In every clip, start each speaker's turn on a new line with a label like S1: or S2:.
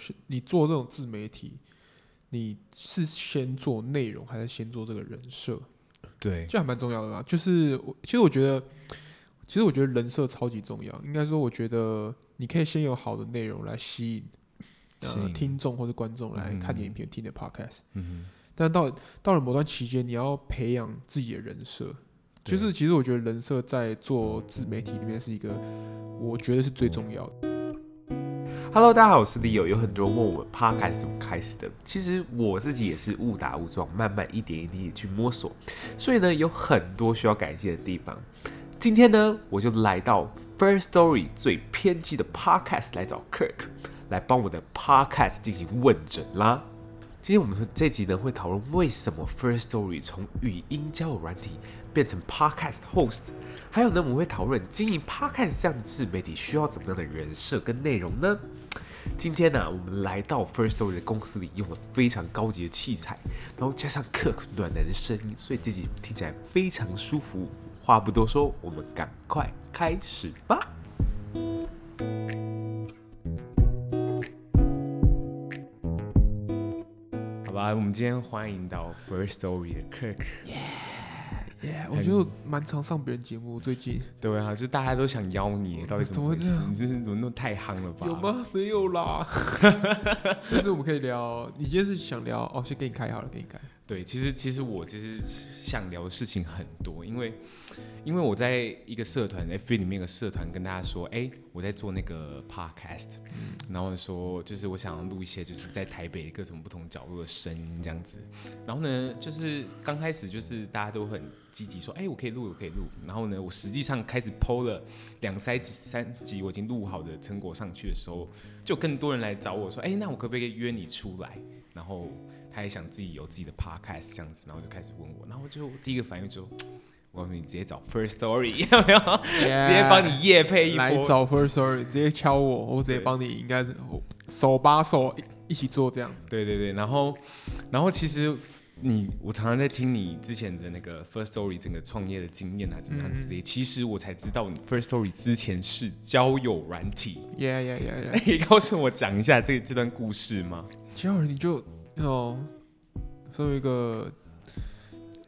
S1: 是你做这种自媒体，你是先做内容还是先做这个人设？
S2: 对，
S1: 这还蛮重要的啦。就是我其实我觉得，其实我觉得人设超级重要。应该说，我觉得你可以先有好的内容来吸引
S2: 吸
S1: 呃
S2: 引
S1: 听众或者观众来看你
S2: 嗯
S1: 的影片、听你的 podcast。
S2: 嗯
S1: 但到到了某段期间，你要培养自己的人设。
S2: 对
S1: 就是其实我觉得人设在做自媒体里面是一个，我觉得是最重要的。
S2: 哼，Hello，大家好，我是 Leo。有很多人问我 Podcast 怎么开始的，其实我自己也是误打误撞，慢慢一点一滴地去摸索，所以呢，有很多需要改进的地方。今天呢，我就来到 First Story 最偏激的 Podcast 来找 Kirk 来帮我的 Podcast 进行问诊啦。今天我们这集呢会讨论为什么 First Story 从语音交友软体变成 Podcast Host，还有呢我们会讨论经营 Podcast 这样的自媒体需要怎么样的人设跟内容呢？今天呢、我们来到 First Story 的公司里，用了非常高级的器材，然后加上 Kirk 暖男的声音，所以这集听起来非常舒服。话不多说，我们赶快开始吧。好吧，我们今天欢迎到 First Story 的 Kirk。
S1: 耶我觉得我蛮常上别人节目，最近
S2: 对啊，就大家都想邀你，到底怎么回
S1: 怎么会这
S2: 事？
S1: 样
S2: 你真是怎么那么太夯了吧？
S1: 有？ 吗？没有啦。 但是我们可以聊，你今天是想聊哦？先给你开好了，给你开。
S2: 对，其实其实我其实想聊的事情很多，因为因为我在一个社团 FB 里面有个社团跟大家说，哎、我在做那个 podcast，、然后说就是我想要录一些就是在台北各种不同角落的声音这样子，然后呢，就是刚开始就是大家都很积极说，哎、我可以录，我可以录，然后呢，我实际上开始 PO 了两三集三集我已经录好的成果上去的时候，就更多人来找我说，哎、那我可不可以约你出来？然后他也想自己有自己的 podcast 这样子，然后就开始问我，然后就第一个反应就，我告诉你，直接找 First Story 要不要？
S1: 直
S2: 直接帮你夜配一
S1: 呃来
S2: 波。
S1: 找 First Story，直接敲我，我直接
S2: 对
S1: 帮你，应该是我手把手一一起做这样。
S2: 对对对，然后然后其实你，我常常在听你之前的那个 First Story 整个创业的经验啊，怎么样之类。
S1: 嗯
S2: 其实我才知道你 First Story 之前是交友软体，
S1: 耶耶耶耶
S2: 那！可以告诉我讲一下这这段故事吗？
S1: 其他人你就那种，身为一个，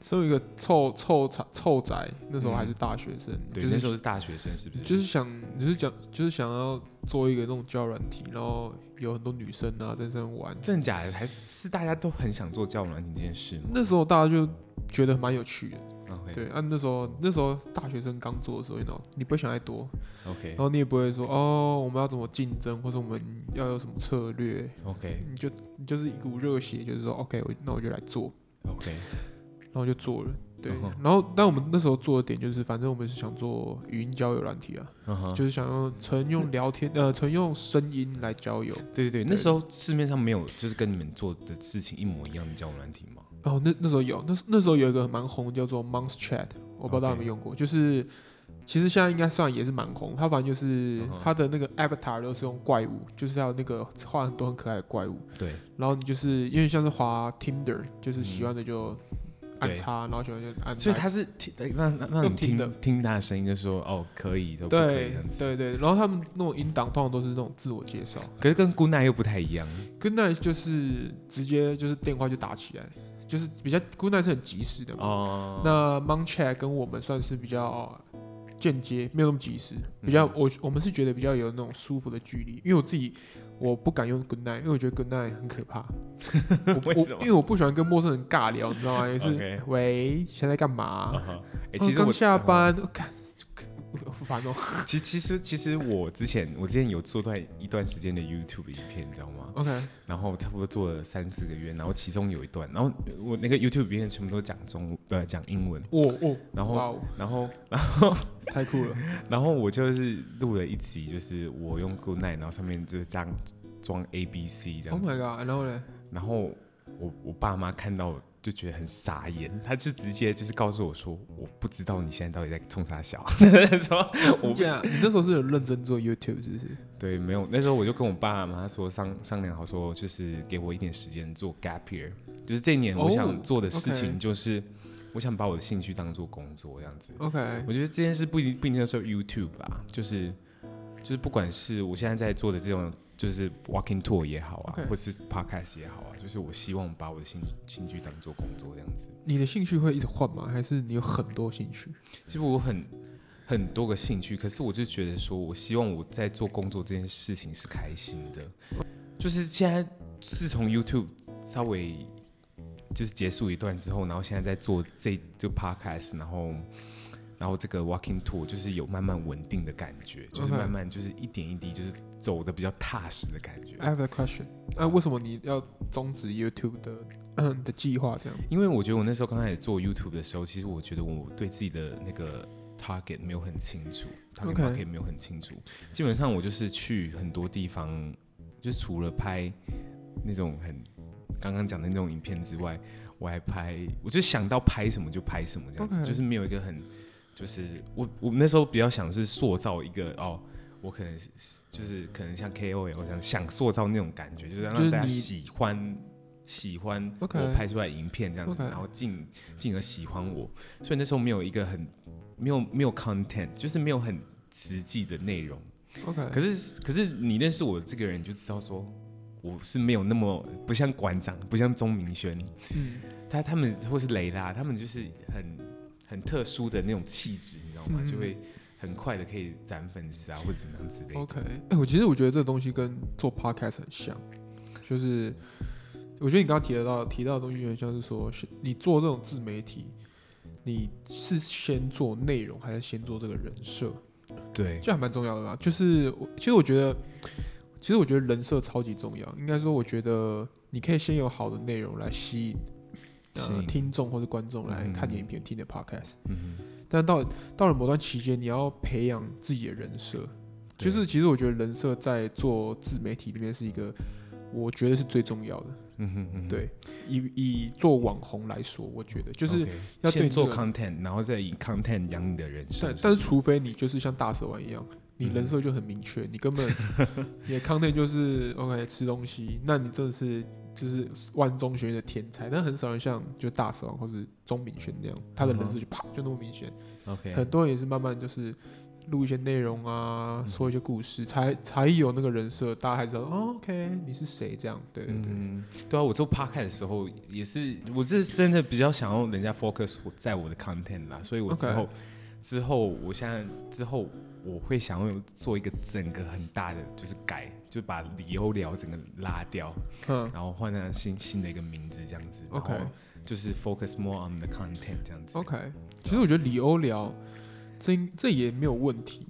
S1: 身为一个臭臭仔臭仔，那时候
S2: 嗯
S1: 还是大学生，
S2: 对，
S1: 就
S2: 那
S1: 是
S2: 时候是大学生，是不是？
S1: 就是想，就是想，就是想要做一个那种交友软体，然后有很多女生啊在上面玩。
S2: 真的假的？还是是大家都很想做交友软体这件事吗
S1: 那时候大家就觉得蛮有趣的，
S2: ？OK
S1: 对啊，那时候那时候大学生刚做的时候，你知道，你不会想太多，
S2: OK
S1: 然后你也不会说哦，我们要怎么竞争，或者我们要有什么策略，
S2: OK
S1: 你就你就是一股热血，就是说 OK，我那我就来做，
S2: OK
S1: 然后就做了。对
S2: 嗯哼，
S1: 然后但我们那时候做的点就是，反正我们是想做语音交友软体啊，
S2: 嗯哼。
S1: 就是想用纯用聊天，呃，纯用声音来交友。
S2: 对对对，那
S1: 对
S2: 时候市面上没有就是跟你们做的事情一模一样的交友软体吗？
S1: 哦，那那时候有，那时那时候有一个蛮红的叫做 Monks Chat，我不知道大家有没有用过，就是其实现在应该算也是蛮红。它反正就是
S2: 嗯哼
S1: 它的那个 avatar 都是用怪物，就是它有那个画很多很可爱的怪物，
S2: 对，
S1: 然后你就是因为像是滑 Tinder，就是喜欢的就按
S2: 嗯对
S1: 叉，然后喜欢就按 like。
S2: 所以他是听呃让让让你
S1: 用听
S2: 听
S1: 的
S2: 听他的声音就说哦可以，都不可以
S1: 对
S2: 这样子。
S1: 对对，然后他们那种音档通常都是那种自我介绍
S2: 可是跟 Good Night 又不太一样，
S1: ，Good night 就是直接就是电话就打起来，就是比较 Good night 是很及时的嘛。
S2: 哦，
S1: 那 Mon Chat 跟我们算是比较间接，没有那么及时，比
S2: 嗯
S1: 较、我我们是觉得比较有那种舒服的距离，因为我自己我不敢用 Good night，因为我觉得 Good night 很可 怕，我
S2: 为什么
S1: 因为我不喜欢跟陌生人尬聊，你知道吗？也是
S2: OK
S1: 喂，现在干嘛？
S2: 啊哈哎，
S1: 哦
S2: 其实
S1: 刚
S2: 我嗯
S1: 下，班，我干、好烦哦。
S2: 其其实其实我之前我之前有做段一段时间的 YouTube 影片，你知道吗？
S1: OK，
S2: 然后差不多做了三四个月，然后其中有一段，然后我那个 YouTube 影片全部都讲中呃讲英文，
S1: 我我
S2: 然后
S1: 哇哦，
S2: 然后
S1: 太酷了。
S2: 然后我就是录了一集，就是我用 Good Night，然后上面就是这样装 A B C 这
S1: Oh
S2: 样子
S1: my god！然后呢？
S2: 然后我我爸妈看到就觉得很傻眼，他就直接就是告诉我说，我不知道你现在到底在冲啥小， 说我
S1: 我讲，你那时候是有认真做 YouTube 是不是？
S2: 对没有，那时候我就跟我爸妈说商商量好说，就是给我一点时间做 gap year，就是这一年
S1: 哦
S2: 我想做的事情
S1: OK
S2: 就是我想把我的兴趣当做工作这样子。
S1: OK，
S2: 我觉得这件事不一定不一定要说 YouTube 吧，就是就是不管是我现在在做的这种就是 walking tour 也好啊
S1: OK
S2: 或是 podcast 也好啊，就是我希望把我的兴兴趣当做工作这样子。
S1: 你的兴趣会一直换吗？还是你有很多兴趣？
S2: 其实我很很多个兴趣，可是我就觉得说，我希望我在做工作这件事情是开心的。就是现在，自从 YouTube 稍微就是结束一段之后，然后现在在做这这个 podcast，然后然后这个 walking tour 就是有慢慢稳定的感觉，就是
S1: OK
S2: 慢慢就是一点一滴就是走的比较踏实的感觉。
S1: I have a question。那、啊、为什么你要终止 YouTube 的嗯的计划？这样
S2: 因为我觉得我那时候刚开始做 YouTube 的时候，其实我觉得我对自己的那个 target 没有很清楚，target
S1: OK
S2: market 没有很清楚。基本上我就是去很多地方，就是除了拍那种很刚刚讲的那种影片之外，我还拍，我就想到拍什么就拍什么这样子
S1: OK
S2: 就是没有一个很，就是我我那时候比较想是塑造一个哦。我可能是就是可能像 KOL，我想想塑造那种感觉，就
S1: 就
S2: 是
S1: 是
S2: 让大家
S1: 你
S2: 喜欢喜欢
S1: OK
S2: 我拍出来的影片这样子
S1: OK
S2: 然后进进而喜欢我，所以那时候没有一个很没有没有 content，就是没有很实际的内容。
S1: ，OK，
S2: 可是可是你认识我这个人，你就知道说我是没有那么不像馆长，不像钟明轩，
S1: 嗯，
S2: 他他们或是雷拉，他们就是很很特殊的那种气质，你知道吗？
S1: 嗯
S2: 就会很快的可以攒粉丝啊，或者怎么样之类的。
S1: OK，哎、我其实我觉得这个东西跟做 podcast 很像，就是我觉得你刚刚提得到提到的东西，有点像是说，是你做这种自媒体，你是先做内容，还是先做这个人设？
S2: 对，
S1: 这还蛮重要的吧。就是我其实我觉得，其实我觉得人设超级重要。应该说，我觉得你可以先有好的内容来吸引
S2: 吸
S1: 呃
S2: 引
S1: 听众或者观众来
S2: 嗯
S1: 看你的影片、听你的 podcast。
S2: 嗯哼，
S1: 但到到了某段期间，你要培养自己的人设。
S2: 对
S1: 就是其实我觉得人设在做自媒体里面是一个，我觉得是最重要的。
S2: 嗯哼，嗯哼，
S1: 对，以以做网红来说，我觉得就是
S2: OK，
S1: 要对
S2: 先做
S1: 那个
S2: content，然后再以 content 养你的人生
S1: 但。但是除非你就是像大蛇丸一样，你人
S2: 嗯
S1: 设就很明确，你 根本你的 content 就是 OK 吃东西，那你真的是就是万中选一的天才，但很少人像就大蛇丸或是钟明轩那样，他的人设就啪就那么明显。
S2: OK，
S1: 很多人也是慢慢就是录一些内容啊，
S2: 嗯
S1: 说一些故事，才才有那个人设，大家还知道、哦、OK 你是谁这样。对对对，
S2: 嗯，对啊，我做 podcast 的时候也是，我这真的比较想要人家 focus 我在我的 content 啦，所以我之
S1: OK
S2: 后之后，我现在之后我会想要做一个整个很大的就是改，就把理由聊整个拉掉，
S1: 嗯
S2: 然后换上新新的一个名字这样子然后
S1: ，OK
S2: 就是 focus more on the content 这样子。
S1: OK，其实我觉得李欧聊这这也没有问题，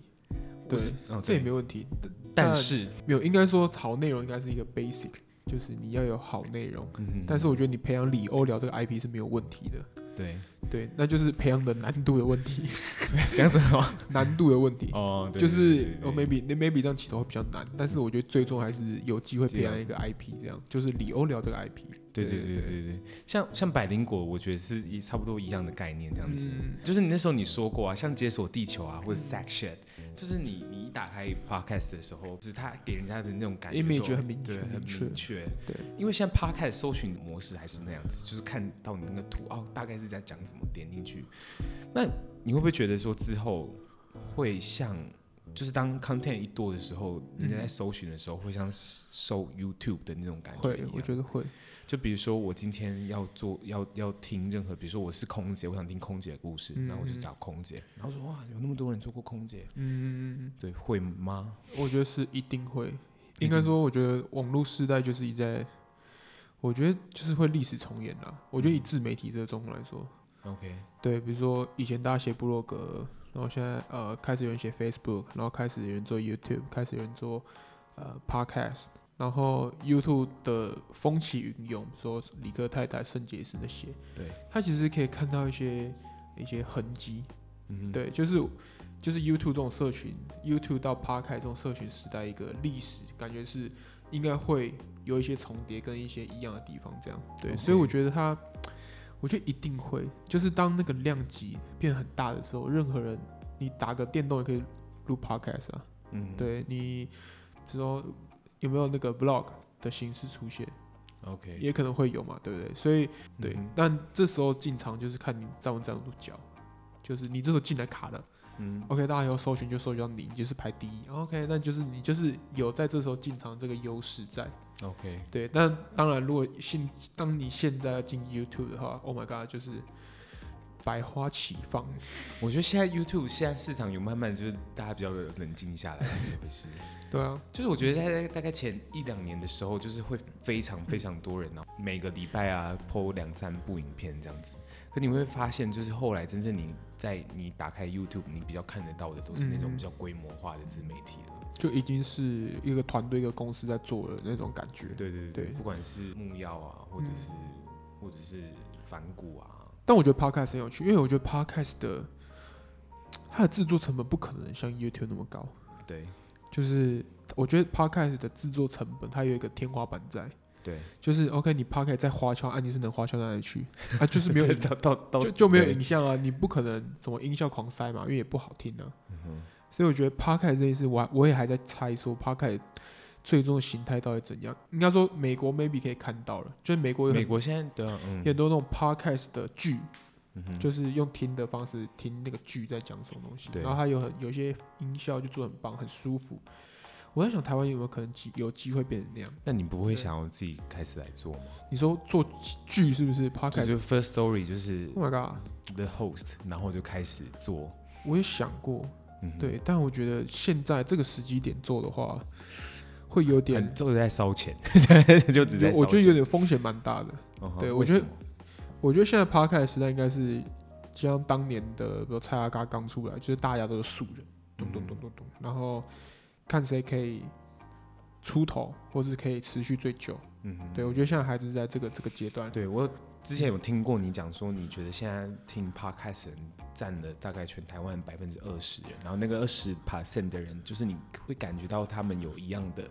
S1: 对，
S2: 哦
S1: 这也
S2: 对
S1: 没问题，
S2: 但是，
S1: 没有应该说好内容应该是一个 basic，就是你要有好内容。
S2: 嗯哼
S1: 但是我觉得你培养李欧聊这个 IP 是没有问题的，
S2: 对，
S1: 对，那就是培养的难度的问题，
S2: 讲什么？
S1: 难度的问题。
S2: 哦，对
S1: 就
S2: 对
S1: 是
S2: 对对
S1: 哦，maybe 那 maybe 这样起头会比较难，但是我觉得最终还是有机会培
S2: 这
S1: 养
S2: 样
S1: 一个 IP，这样就是李欧聊这个 IP。
S2: 对对对对对对，像像百灵果，我觉得是一差不多一样的概念这样子。
S1: 嗯
S2: 就是你那时候你说过啊，像解锁地球啊，或者 Sack Shed，就是你你一打开 Podcast 的时候，就是它给人家的那种感觉
S1: Image
S2: 说
S1: 很明
S2: 对，
S1: 确
S2: 很
S1: 明确
S2: 明确。
S1: 对，
S2: 因为现在 Podcast 搜寻模式还是那样子，就是看到你那个图哦，大概是在讲什么，点进去。那你会不会觉得说之后会像？就是当 content 一多的时候，人家在
S1: 嗯
S2: 搜寻的时候，会像搜 YouTube 的那种感觉一
S1: 会
S2: 样。，
S1: 我觉得会。
S2: 就比如说我今天要做要要听任何，比如说我是空姐，我想听空姐的故事，
S1: 嗯
S2: 然后我就找空姐，然后说哇，有那么多人做过空姐，
S1: 嗯，
S2: 对，会吗？
S1: 我觉得是一定会。
S2: 嗯一
S1: 应
S2: 定
S1: 该说，我觉得网络时代就是一在，我觉得就是会历史重演啦。我觉
S2: 嗯
S1: 得以自媒体这个状况来说，
S2: OK，
S1: 对，比如说以前大家写部落格，然后现在呃开始有人写 Facebook，然后开始有人做 YouTube，开始有人做呃 Podcast，然后 YouTube 的风起云涌，说理科太太、圣洁斯那些，
S2: 对，
S1: 他其实可以看到一些一些痕迹，
S2: 嗯哼，
S1: 对，就是就是 YouTube 这种社群，YouTube 到 Podcast 这种社群时代一个历史，感觉是应该会有一些重叠跟一些一样的地方，这样对
S2: OK
S1: 所以我觉得它，我觉得一定会，就是当那个量级变很大的时候，任何人你打个电动也可以录 Podcast 啊，
S2: 嗯，
S1: 对你，比如说有没有那个 Vlog 的形式出现，
S2: ，OK，嗯
S1: 也可能会有嘛，对不对？所以对，
S2: 嗯哼
S1: 但这时候进场就是看你站不站得住脚，就是你这时候进来卡了。
S2: 嗯嗯
S1: OK，大家以后搜寻就搜寻到你，你就是排第一。OK，那就是你就是有在这时候进场这个优势在。
S2: ，OK，
S1: 对，但当然，如果现当你现在要进 YouTube 的话，Oh my God，就是百花齐放。
S2: 我觉得现在 YouTube 现在市场有慢慢就是大家比较冷静下来是一回事，
S1: 对啊，
S2: 就是我觉得在大概前一两年的时候，就是会非常非常多人啊，每个礼拜啊播两三部影片这样子。可你会发现，就是后来真正你在你打开 YouTube，你比较看得到的都是那种
S1: 嗯
S2: 比较规模化的自媒体了。
S1: 就已经是一个团队、一个公司在做的那种感觉。
S2: 对对
S1: 对
S2: 对，
S1: 嗯
S2: 不管是木曜啊，或者是、或者是反骨啊，
S1: 但我觉得 Podcast 很有趣，因为我觉得 Podcast 的它的制作成本不可能像 YouTube 那么高。
S2: 对
S1: 就是我觉得 Podcast 的制作成本它有一个天花板在，
S2: 对，
S1: 就是 OK，你 Podcast 在花销，啊，你是能花销到哪里去？啊，就是 没有影
S2: 到到到
S1: 就就没有
S2: 对
S1: 影像啊，你不可能什么音效狂塞嘛，因为也不好听啊。
S2: 嗯哼
S1: 所以我觉得 Podcast 这件事，我还我也还在猜说 Podcast 最终的形态到底怎样。应该说美国 maybe 可以看到了，就是美国有
S2: 美
S1: 很
S2: 国现在对啊，嗯，
S1: 很多那种 Podcast 的剧，
S2: 嗯哼
S1: 就是用听的方式听那个剧在讲什么东西，
S2: 对
S1: 然后它有很有一些音效就做得很棒，很舒服。我在想台湾有没有可能机有机会变成那样？
S2: 那你不会
S1: 对
S2: 想要自己开始来做吗？
S1: 你说做剧是不是
S2: 就
S1: podcast？Oh
S2: 是 First Story 就是
S1: my god！
S2: The Host，然后就开始做。
S1: 我也想过，
S2: 嗯哼，
S1: 对，但我觉得现在这个时机点做的话，会有点
S2: 很，就是在烧钱，就只在
S1: 我觉得有点风险蛮大的。
S2: 点
S1: 对我觉得我觉得现在 podcast 时代应该是就像当年的，比如蔡阿嘎刚出来，就是大家都是素人，咚咚咚咚咚，然后看谁可以出头，或是可以持续最久。
S2: 嗯哼，
S1: 对我觉得现在孩子在这个这个阶段，
S2: 对我之前有听过你讲说，你觉得现在听 podcast 的人占了大概全台湾百分之二十人，然后那个二十 percent 的人，就是你会感觉到他们有一样的，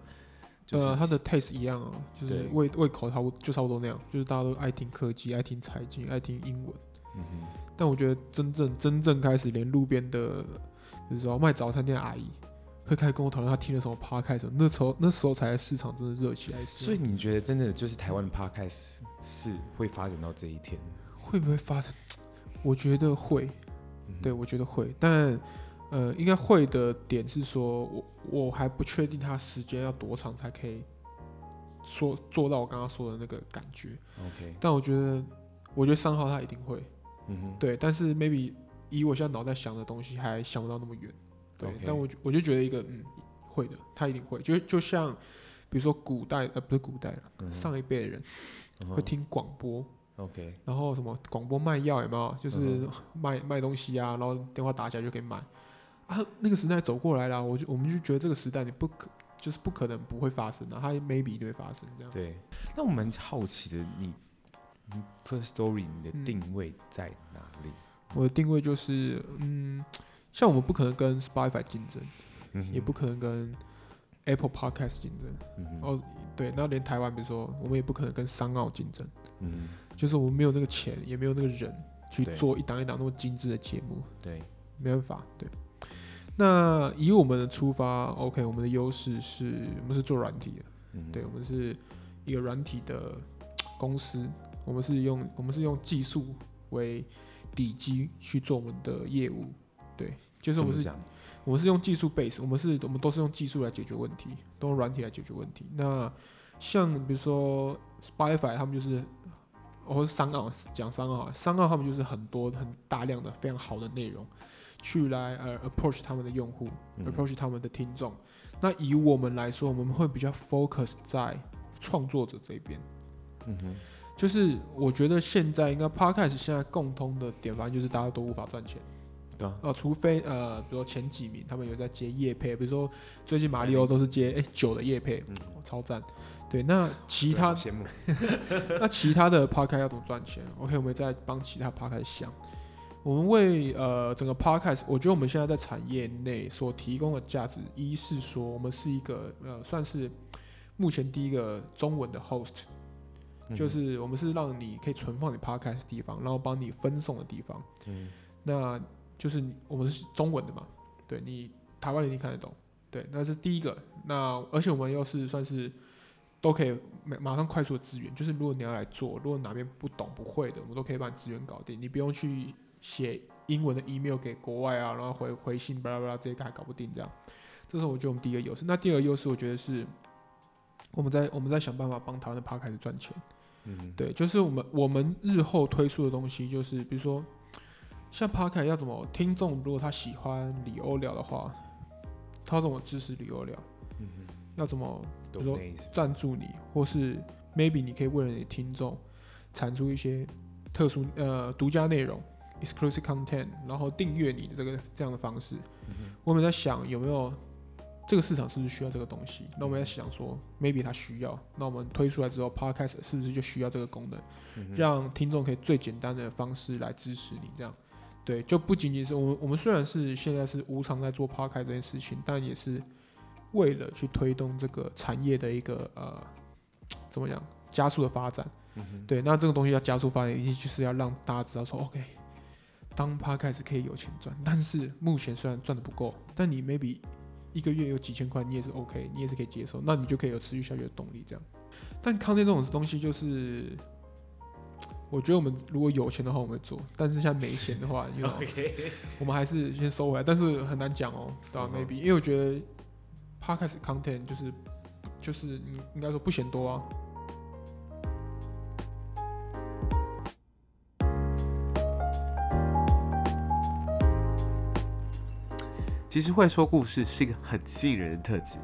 S2: 就是、
S1: 呃，他的 taste 一样哦，就是
S2: 对
S1: 胃胃口差不多就差不多那样，就是大家都爱听科技，爱听财经，爱听英文。
S2: 嗯哼，
S1: 但我觉得真正真正开始，连路边的，就是说卖早餐店的阿姨，会开始跟我讨论她听了什么 podcast，那时候那时候才市场真的热起来。
S2: 所以你觉得真的就是台湾的 podcast 是会发展到这一天？
S1: 会不会发展？我觉得会，
S2: 嗯哼
S1: 对我觉得会，但呃，应该会的点是说，我我还不确定它时间要多长才可以说做到我刚刚说的那个感觉。
S2: ，OK，
S1: 但我觉得，我觉得三号他一定会，
S2: 嗯哼，
S1: 对，但是 maybe 以我现在脑袋想的东西，还想不到那么远，对。
S2: OK
S1: 但我就我就觉得一个嗯会的，他一定会，就就像比如说古代呃不是古代了，
S2: 嗯哼
S1: 上一辈的人
S2: 嗯
S1: 会
S2: 哼
S1: 听广播，
S2: ，OK，
S1: 然后什么广播卖药有没有？就是
S2: 嗯
S1: 卖、卖东西啊，然后电话打起来就可以买啊。那个时代走过来了，我就我们就觉得这个时代你不可就是不可能不会发生的、啊它 maybe 一定会发生这样。
S2: 对，那我蛮好奇的，你你 First Story 你的
S1: 嗯
S2: 定位在哪里？
S1: 我的定位就是嗯，像我们不可能跟 Spotify 竞争，
S2: 嗯
S1: 也不可能跟 Apple Podcast 竞争。
S2: 嗯
S1: 哦，对，那连台湾比如说我们也不可能跟商澳竞争，
S2: 嗯，
S1: 就是我们没有那个钱，也没有那个人去
S2: 对
S1: 做一档一档那么精致的节目。
S2: 对，
S1: 没办法，对。那以我们的出发，OK，我们的优势是我们是做软体的，
S2: 嗯
S1: 对，我们是一个软体的公司，我们是用我们是用技术为底基去做我们的业务，对，就是
S2: 怎
S1: 我们
S2: 么
S1: 是
S2: 讲？
S1: 我们是用技术 base，我们是我们都是用技术来解决问题，都用软体来解决问题。那像比如说 Spotify，他们就是，或者商澳讲商澳，商澳他们就是很多很大量的非常好的内容，去来呃 approach 他们的用户、
S2: 嗯
S1: a p p r o a c h 他们的听众。那以我们来说，我们会比较 focus 在创作者这边。
S2: 嗯哼，
S1: 就是我觉得现在应该 podcast 现在共通的点，反正就是大家都无法赚钱。
S2: 对啊，
S1: 呃，除非呃，比如说前几名他们有在接夜配，比如说最近马里奥都是接哎、酒的夜配，
S2: 嗯
S1: 哦超赞。对，啊那其他
S2: 节目，
S1: 那其他的 p a r k 要怎么赚钱？OK，我们再帮其他 p a r k 想。我们为呃整个 podcast，我觉得我们现在在产业内所提供的价值，一是说我们是一个呃算是目前第一个中文的 host，、就是
S2: 嗯
S1: 我们是让你可以存放你 podcast 的地方，然后帮你分送的地方。
S2: 嗯
S1: 那就是你我们是中文的嘛，对你台湾人一定看得懂，对，那是第一个。那而且我们又是算是都可以马马上快速的资源，就是如果你要来做，如果哪边不懂不会的，我们都可以把你资源搞定，你不用去写英文的 email 给国外啊，然后回回信巴拉巴拉这些还搞不定这样。这是我觉得我们第一个优势。那第二个优势，我觉得是我们在我们在想办法帮台湾的 p 开始赚钱。
S3: 嗯，
S1: 对，就是我们我们日后推出的东西，就是比如说像 p o d c a s t 要怎么听众，如果他喜欢李欧聊的话，他要怎么支持李欧聊？
S3: 嗯
S1: 要怎么比
S3: 懂
S1: 如说
S3: 那意思。
S1: 赞助你，或是 maybe 你可以为了你的听众产出一些特殊呃独家内容 （exclusive content），然后订阅你的这个这样的方式。
S2: 嗯
S1: 我们在想有没有这个市场是不是需要这个东西？那我们在想说，maybe 它需要，那我们推出来之后，podcast 是不是就需要这个功能，
S2: 嗯
S1: 让听众可以最简单的方式来支持你这样。对，就不仅仅是我们，我们虽然是现在是无偿在做 p o d c a s t 这件事情，但也是为了去推动这个产业的一个呃，怎么讲，加速的发展。
S2: 嗯
S1: 对，那这个东西要加速发展，一定就是要让大家知道说，OK，当 p 开始可以有钱赚，但是目前虽然赚的不够，但你 maybe 一个月有几千块，你也是 OK，你也是可以接受，那你就可以有持续下去的动力这样。但康健这种东西就是。我觉得我们如果有钱的话，我们会做；但是现在没钱的话，因为
S2: OK，
S1: 我们还是先收回来，但是很难讲哦，对吧、
S2: 嗯
S1: m a y
S2: 哼
S1: b e 因为我觉得 podcast content 就是就是应应该说不嫌多啊。
S2: 其实会说故事是一个很吸引人的特质，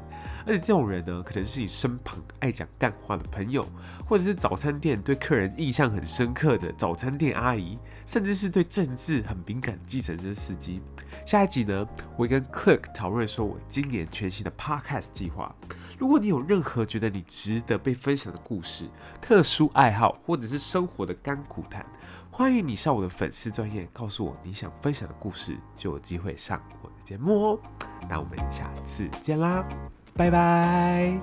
S2: 而且这种人呢，可能是你身旁爱讲干话的朋友，或者是早餐店对客人印象很深刻的早餐店阿姨，甚至是对政治很敏感的计程车司机。下一集呢，我会跟 Clerk 讨论说我今年全新的 Podcast 计划。如果你有任何觉得你值得被分享的故事、特殊爱好，或者是生活的甘苦谈，欢迎你上我的粉丝专业告诉我你想分享的故事，就有机会上我的节目哦。那我们下次见啦，拜拜。